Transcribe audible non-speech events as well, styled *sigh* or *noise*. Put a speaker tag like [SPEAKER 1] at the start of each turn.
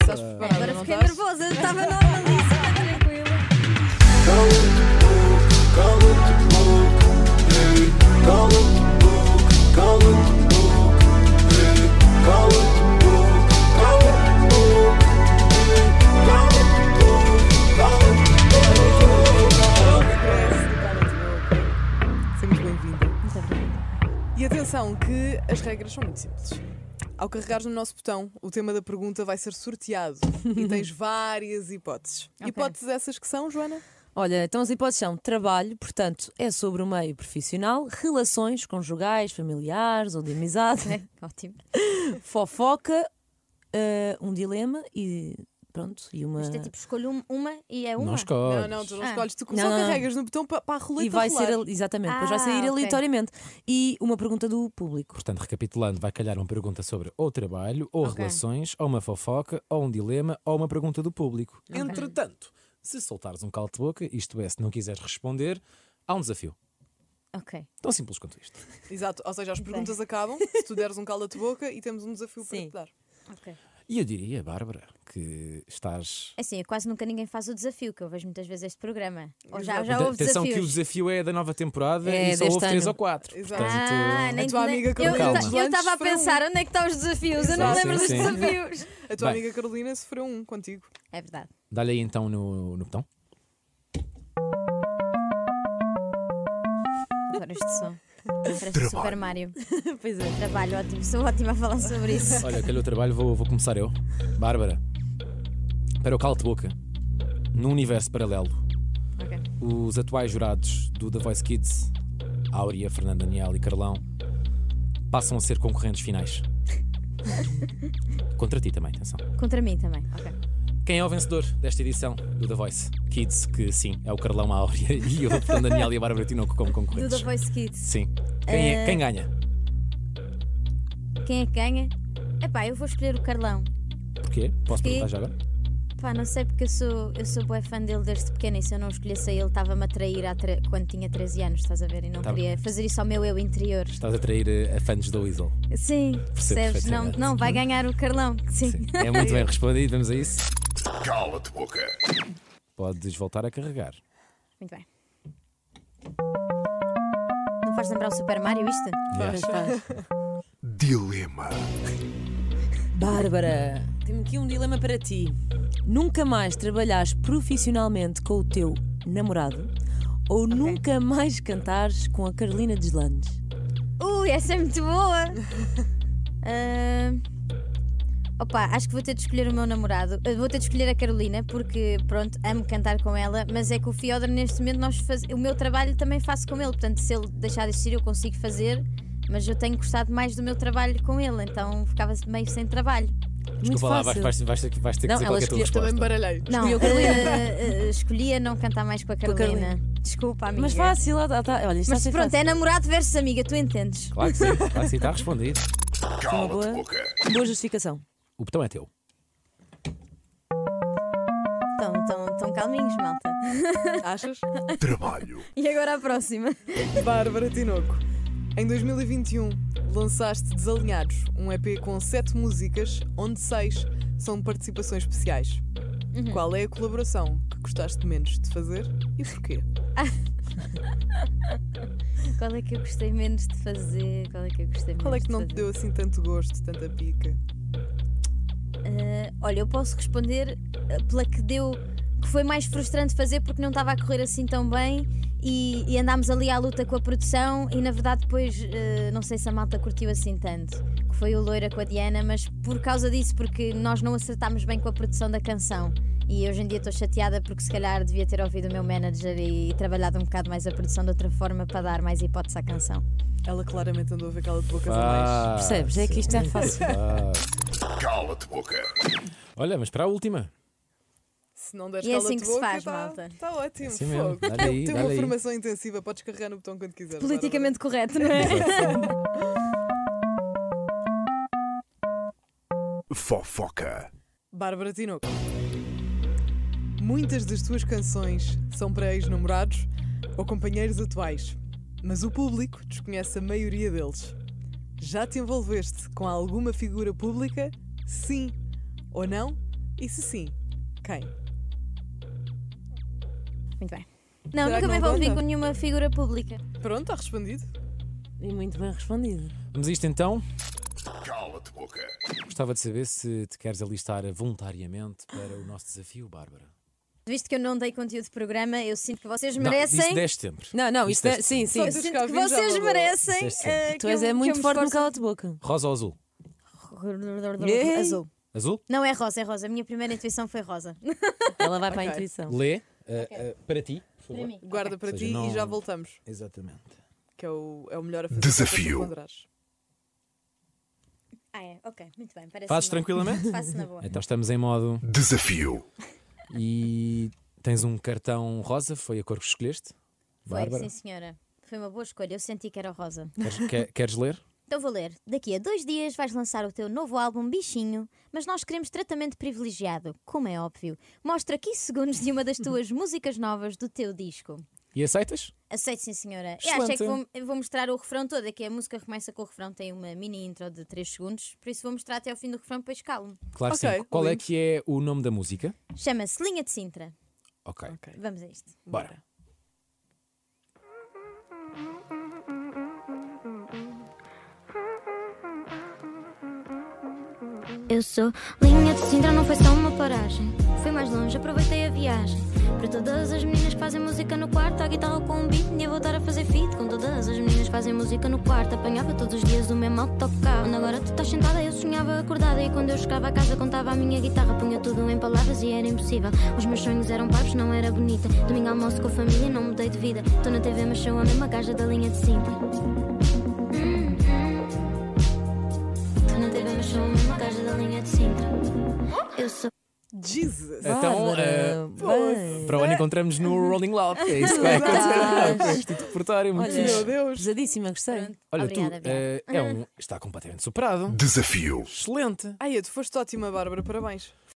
[SPEAKER 1] Estás preparada?
[SPEAKER 2] Agora
[SPEAKER 1] não
[SPEAKER 2] fiquei
[SPEAKER 1] estás?
[SPEAKER 2] nervosa, estava normalíssima, tranquila.
[SPEAKER 1] Sempre bem-vinda.
[SPEAKER 2] Muito obrigada.
[SPEAKER 1] E atenção que as regras são muito simples. Ao carregares no nosso botão, o tema da pergunta vai ser sorteado e tens várias hipóteses.
[SPEAKER 2] Ok.
[SPEAKER 1] Hipóteses essas que são, Joana?
[SPEAKER 3] Olha, então as hipóteses são trabalho, portanto, é sobre o meio profissional, relações conjugais, familiares ou de
[SPEAKER 2] *laughs*
[SPEAKER 3] amizade, *laughs*
[SPEAKER 2] É, ótimo.
[SPEAKER 3] fofoca, eh, um dilema e pronto, e uma.
[SPEAKER 2] Isto é tipo, escolho um- uma e é uma.
[SPEAKER 4] Não escolhes.
[SPEAKER 1] Não, não, tu não
[SPEAKER 2] Ah.
[SPEAKER 1] escolhes. Tu
[SPEAKER 3] Não,
[SPEAKER 1] só
[SPEAKER 3] não, não.
[SPEAKER 1] carregas no botão pa- para a roleta
[SPEAKER 3] E vai ser
[SPEAKER 1] rolar.
[SPEAKER 3] ali- exatamente, depois vai
[SPEAKER 2] Ah,
[SPEAKER 3] sair
[SPEAKER 2] ok.
[SPEAKER 3] aleatoriamente. E uma pergunta do público.
[SPEAKER 4] Portanto, recapitulando, vai calhar uma pergunta sobre ou trabalho, ou
[SPEAKER 2] Ok.
[SPEAKER 4] relações, ou uma fofoca, ou um dilema, ou uma pergunta do público. Entretanto, se soltares um calo de boca, isto é, se não quiseres responder, há um desafio.
[SPEAKER 2] Ok.
[SPEAKER 4] Tão simples quanto isto.
[SPEAKER 1] Exato, ou seja, as perguntas acabam, se tu deres um calo de boca e temos um desafio
[SPEAKER 3] Sim.
[SPEAKER 1] para te dar.
[SPEAKER 2] Ok.
[SPEAKER 4] E eu diria, Bárbara, que estás.
[SPEAKER 2] É Assim, eu quase nunca ninguém faz o desafio, que eu vejo muitas vezes este programa. Ou já,
[SPEAKER 1] Exato.
[SPEAKER 2] já
[SPEAKER 4] Aten-
[SPEAKER 2] houve
[SPEAKER 4] Atenção que o
[SPEAKER 2] desafios.
[SPEAKER 4] desafio é da nova temporada
[SPEAKER 3] É,
[SPEAKER 4] e só
[SPEAKER 3] deste
[SPEAKER 4] houve três
[SPEAKER 3] ano.
[SPEAKER 4] ou quatro.
[SPEAKER 1] Exato.
[SPEAKER 4] Portanto,
[SPEAKER 2] Ah, nem,
[SPEAKER 1] A tua
[SPEAKER 2] nem-
[SPEAKER 1] amiga
[SPEAKER 2] eu
[SPEAKER 1] Carolina
[SPEAKER 2] ta- eu
[SPEAKER 1] Lantes
[SPEAKER 2] estava a
[SPEAKER 1] foi um.
[SPEAKER 2] pensar onde é que estão os desafios, eu não me
[SPEAKER 1] Exato.
[SPEAKER 2] lembro
[SPEAKER 4] Sim, sim.
[SPEAKER 2] dos desafios.
[SPEAKER 1] A tua
[SPEAKER 4] Bem.
[SPEAKER 1] amiga Carolina sofreu um contigo.
[SPEAKER 2] É verdade.
[SPEAKER 4] dá-lhe aí então no, no botão.
[SPEAKER 2] Agora este som. Parece o Super Mario. *laughs*
[SPEAKER 3] pois é.
[SPEAKER 2] Trabalho ótimo, sou ótima a falar sobre *laughs* isso.
[SPEAKER 4] Olha, calhou o trabalho, vou, vou começar eu. Bárbara, para o calo de boca, num universo paralelo,
[SPEAKER 2] Ok.
[SPEAKER 4] os atuais jurados do The Voice Kids, Áurea, Fernando Daniel e Carlão, passam a ser concorrentes
[SPEAKER 2] *laughs*
[SPEAKER 4] finais. Contra ti também, atenção.
[SPEAKER 2] Contra mim também. Ok.
[SPEAKER 4] Quem é o vencedor desta edição do The Voice Kids? Que sim, é o Carlão, a Áurea *laughs* e o Fernando Daniel e a Bárbara Tinoco como
[SPEAKER 2] Do
[SPEAKER 4] concorrentes.
[SPEAKER 2] The Voice Kids.
[SPEAKER 4] Sim. Quem, é,
[SPEAKER 2] Eh,
[SPEAKER 4] quem ganha?
[SPEAKER 2] Quem é que ganha? Epá, eu vou escolher o Carlão.
[SPEAKER 4] Porquê? Posso
[SPEAKER 2] Porquê?
[SPEAKER 4] perguntar já agora?
[SPEAKER 2] Pá, não sei porque eu sou, eu sou bué fã dele desde pequena e se eu não escolhesse a ele estava-me a trair há tre- quando tinha 13 anos, estás a ver? E não
[SPEAKER 4] Tá bem.
[SPEAKER 2] queria fazer isso ao meu eu interior.
[SPEAKER 4] Estás a atrair eh, a fãs do Weasel.
[SPEAKER 2] Sim, percebes? Não,
[SPEAKER 4] perfeitamente.
[SPEAKER 2] não, vai ganhar o Carlão. Sim.
[SPEAKER 4] Sim. É muito bem respondido, vamos a isso.
[SPEAKER 5] Cala-te boca.
[SPEAKER 4] Podes voltar a carregar.
[SPEAKER 2] Muito bem. Não faz lembrar o Super Mario isto?
[SPEAKER 3] Pois faz.
[SPEAKER 5] Dilema.
[SPEAKER 3] Bárbara, tenho aqui um dilema para ti. Nunca mais trabalhares profissionalmente com o teu namorado ou nunca mais cantares com a Carolina Deslandes?
[SPEAKER 2] Ui, essa é muito boa! Ah, Opa, acho que vou ter de escolher o meu namorado. Eu Vou ter de escolher a Carolina, porque, pronto, amo cantar com ela, mas é que o Fiodor, neste momento, nós faz... o meu trabalho também faço com ele. Portanto, se ele deixar de existir, eu consigo fazer, mas eu tenho gostado mais do meu trabalho com ele, então ficava meio sem trabalho.
[SPEAKER 3] Muito
[SPEAKER 4] Desculpa lá, vais,
[SPEAKER 3] fácil.
[SPEAKER 4] vais, vais ter que vais ter que
[SPEAKER 3] Não,
[SPEAKER 4] dizer
[SPEAKER 3] ela
[SPEAKER 4] qual é que é a tua
[SPEAKER 3] escolheu
[SPEAKER 1] Também me baralhei.
[SPEAKER 4] resposta.
[SPEAKER 2] Não,
[SPEAKER 3] Escolhi a Carolina.
[SPEAKER 2] ah, ah, escolhia não cantar mais com a
[SPEAKER 3] a
[SPEAKER 2] Carolina.
[SPEAKER 3] Carolina.
[SPEAKER 2] Desculpa, amiga.
[SPEAKER 3] Mas fácil, lá tá, tá. olha, isto está a
[SPEAKER 2] Mas
[SPEAKER 3] ser
[SPEAKER 2] pronto,
[SPEAKER 3] fácil.
[SPEAKER 2] é namorado versus amiga, tu entendes?
[SPEAKER 4] Claro que sim, claro que sim, está respondido.
[SPEAKER 3] Foi uma boa, boa justificação.
[SPEAKER 4] O botão é teu.
[SPEAKER 2] Estão tão, tão calminhos, malta.
[SPEAKER 1] Achas?
[SPEAKER 5] Trabalho.
[SPEAKER 2] E agora a próxima.
[SPEAKER 1] Bárbara Tinoco. Em 2021, lançaste Desalinhados, um EP com sete músicas, onde seis são participações especiais.
[SPEAKER 2] Uhum.
[SPEAKER 1] Qual é a colaboração que gostaste menos de fazer e porquê?
[SPEAKER 2] Qual é que eu gostei menos de fazer? Qual é que eu gostei
[SPEAKER 1] Qual é
[SPEAKER 2] menos
[SPEAKER 1] que
[SPEAKER 2] de
[SPEAKER 1] não te deu
[SPEAKER 2] fazer?
[SPEAKER 1] assim tanto gosto, tanta pica?
[SPEAKER 2] Ah, olha, eu posso responder ah, pela que deu. que foi mais frustrante fazer porque não estava a correr assim tão bem e, e andámos ali à luta com a produção e na verdade depois ah, não sei se a malta curtiu assim tanto. Que foi o Loira com a Diana, mas por causa disso, porque nós não acertámos bem com a produção da canção. E hoje em dia estou chateada porque se calhar devia ter ouvido o meu manager e, e trabalhado um bocado mais a produção de outra forma para dar mais hipótese à canção.
[SPEAKER 1] Ela claramente andou a ver aquela de bocas a mais.
[SPEAKER 3] Percebes? É que isto é
[SPEAKER 4] muito
[SPEAKER 3] fácil.
[SPEAKER 5] Cala-te boca.
[SPEAKER 4] Olha, mas para a última.
[SPEAKER 1] Se não deres
[SPEAKER 2] E é
[SPEAKER 1] cala
[SPEAKER 2] assim
[SPEAKER 1] de
[SPEAKER 2] que se
[SPEAKER 1] boca,
[SPEAKER 2] faz,
[SPEAKER 1] tá-
[SPEAKER 2] malta.
[SPEAKER 1] Tá ótimo,
[SPEAKER 4] Assim mesmo.
[SPEAKER 1] fogo.
[SPEAKER 4] Dá-lhe aí,
[SPEAKER 1] Tem
[SPEAKER 4] dá-lhe
[SPEAKER 1] uma
[SPEAKER 4] aí.
[SPEAKER 1] formação intensiva, podes carregar no botão quando quiseres.
[SPEAKER 2] Politicamente correto, não é?
[SPEAKER 5] Fofoca.
[SPEAKER 1] Bárbara Tinoco. Muitas das tuas canções são para ex-namorados ou companheiros atuais, mas o público desconhece a maioria deles. Já te envolveste com alguma figura pública? Sim ou não? E se sim, quem?
[SPEAKER 2] Muito bem. Não,
[SPEAKER 1] Será que
[SPEAKER 2] nunca me
[SPEAKER 1] não
[SPEAKER 2] envolvi
[SPEAKER 1] conta?
[SPEAKER 2] com nenhuma figura pública.
[SPEAKER 1] Pronto, está respondido.
[SPEAKER 3] E muito bem respondido.
[SPEAKER 4] Vamos a isto então.
[SPEAKER 5] Cala-te boca.
[SPEAKER 4] Gostava de saber se te queres alistar voluntariamente para o nosso desafio, Bárbara.
[SPEAKER 2] Visto que eu não dei conteúdo de programa, eu sinto que vocês
[SPEAKER 4] Não,
[SPEAKER 2] merecem.
[SPEAKER 4] Isso deste sempre.
[SPEAKER 3] Não, não, isto é.
[SPEAKER 4] Disseste
[SPEAKER 3] Sim, sim.
[SPEAKER 1] Só
[SPEAKER 2] eu
[SPEAKER 1] Dos
[SPEAKER 2] sinto que
[SPEAKER 1] Covid já
[SPEAKER 2] vocês
[SPEAKER 4] é
[SPEAKER 1] mudou.
[SPEAKER 2] merecem.
[SPEAKER 4] Disseste
[SPEAKER 2] eh,
[SPEAKER 4] sim.
[SPEAKER 2] que
[SPEAKER 3] Tu és
[SPEAKER 2] eu-
[SPEAKER 3] é
[SPEAKER 2] que
[SPEAKER 3] muito
[SPEAKER 2] eu me
[SPEAKER 3] forte no
[SPEAKER 2] esforce-
[SPEAKER 3] cala-te-boca.
[SPEAKER 4] Rosa ou azul?
[SPEAKER 3] Ei.
[SPEAKER 2] Azul.
[SPEAKER 4] Azul?
[SPEAKER 2] Não é rosa, é rosa. A minha primeira intuição foi rosa. *laughs*
[SPEAKER 3] Ela vai para a
[SPEAKER 1] Ok.
[SPEAKER 3] intuição.
[SPEAKER 4] Lê eh, eh, para ti, por favor.
[SPEAKER 1] Guarda para
[SPEAKER 4] Ou seja,
[SPEAKER 1] ti
[SPEAKER 4] não-
[SPEAKER 1] e já voltamos.
[SPEAKER 4] Exatamente.
[SPEAKER 1] Que é o, é o melhor a fazer.
[SPEAKER 5] Desafio.
[SPEAKER 1] para te encontrares.
[SPEAKER 2] Ah, é? Ok, muito bem. Parece
[SPEAKER 4] Fazes *laughs* tranquilamente?
[SPEAKER 2] Faço na boa.
[SPEAKER 4] Então estamos em modo
[SPEAKER 5] Desafio.
[SPEAKER 4] e tens um cartão rosa, foi a cor que escolheste.
[SPEAKER 2] Foi,
[SPEAKER 4] Bárbara,
[SPEAKER 2] sim, senhora. Foi uma boa escolha. Eu senti que era rosa.
[SPEAKER 4] queres, que- queres ler?
[SPEAKER 2] Então vou ler. Daqui a dois dias vais lançar o teu novo álbum Bichinho, mas nós queremos tratamento privilegiado, como é óbvio. Mostra 15 segundos de uma das tuas *laughs* músicas novas do teu disco.
[SPEAKER 4] E aceitas?
[SPEAKER 2] Aceito, sim, senhora. Eu
[SPEAKER 4] Excelente.
[SPEAKER 2] acho é que vou, eu vou mostrar o refrão todo. É que a música começa com o refrão, tem uma mini intro de 3 segundos, por isso vou mostrar até ao fim do refrão para escalo.
[SPEAKER 4] Claro que
[SPEAKER 1] Ok,
[SPEAKER 4] sim. Qual é
[SPEAKER 1] lindo.
[SPEAKER 4] que é o nome da música?
[SPEAKER 2] Chama-se Linha de Sintra.
[SPEAKER 4] Ok.
[SPEAKER 1] Ok.
[SPEAKER 2] Vamos a isto.
[SPEAKER 4] Bora.
[SPEAKER 6] Eu sou linha de Sintra, não foi só uma paragem. Fui mais longe, aproveitei a viagem. Para todas as meninas que fazem música no quarto, a guitarra com um beat, ia voltar a fazer feat. Com todas as meninas que fazem música no quarto, apanhava todos os dias o mesmo autocarro. Onde agora tu estás sentada, eu sonhava acordada. E quando eu chegava a casa, contava a minha guitarra, punha tudo em palavras e era impossível. Os meus sonhos eram parvos, não era bonita. Domingo almoço com a família, não mudei de vida. Estou na TV, mas sou a mesma gaja da linha de Sintra. Estou na TV, mas sou a mesma gaja da linha de Sintra. Eu sou.
[SPEAKER 1] Jesus!
[SPEAKER 4] Então,
[SPEAKER 3] Bárbara, bem.
[SPEAKER 4] Para o ano encontramos no Rolling Loud. *laughs* É isso que vai acontecer. Com este repertório, muito
[SPEAKER 3] Olha.
[SPEAKER 4] fixe.
[SPEAKER 1] Meu Deus!
[SPEAKER 3] Pesadíssima, gostei.
[SPEAKER 4] Olha,
[SPEAKER 2] Obrigada,
[SPEAKER 4] tu eh,
[SPEAKER 5] Uhum.
[SPEAKER 4] é um, está completamente superado.
[SPEAKER 5] Desafio.
[SPEAKER 4] Excelente.
[SPEAKER 1] Ai, tu foste ótima, Bárbara, parabéns.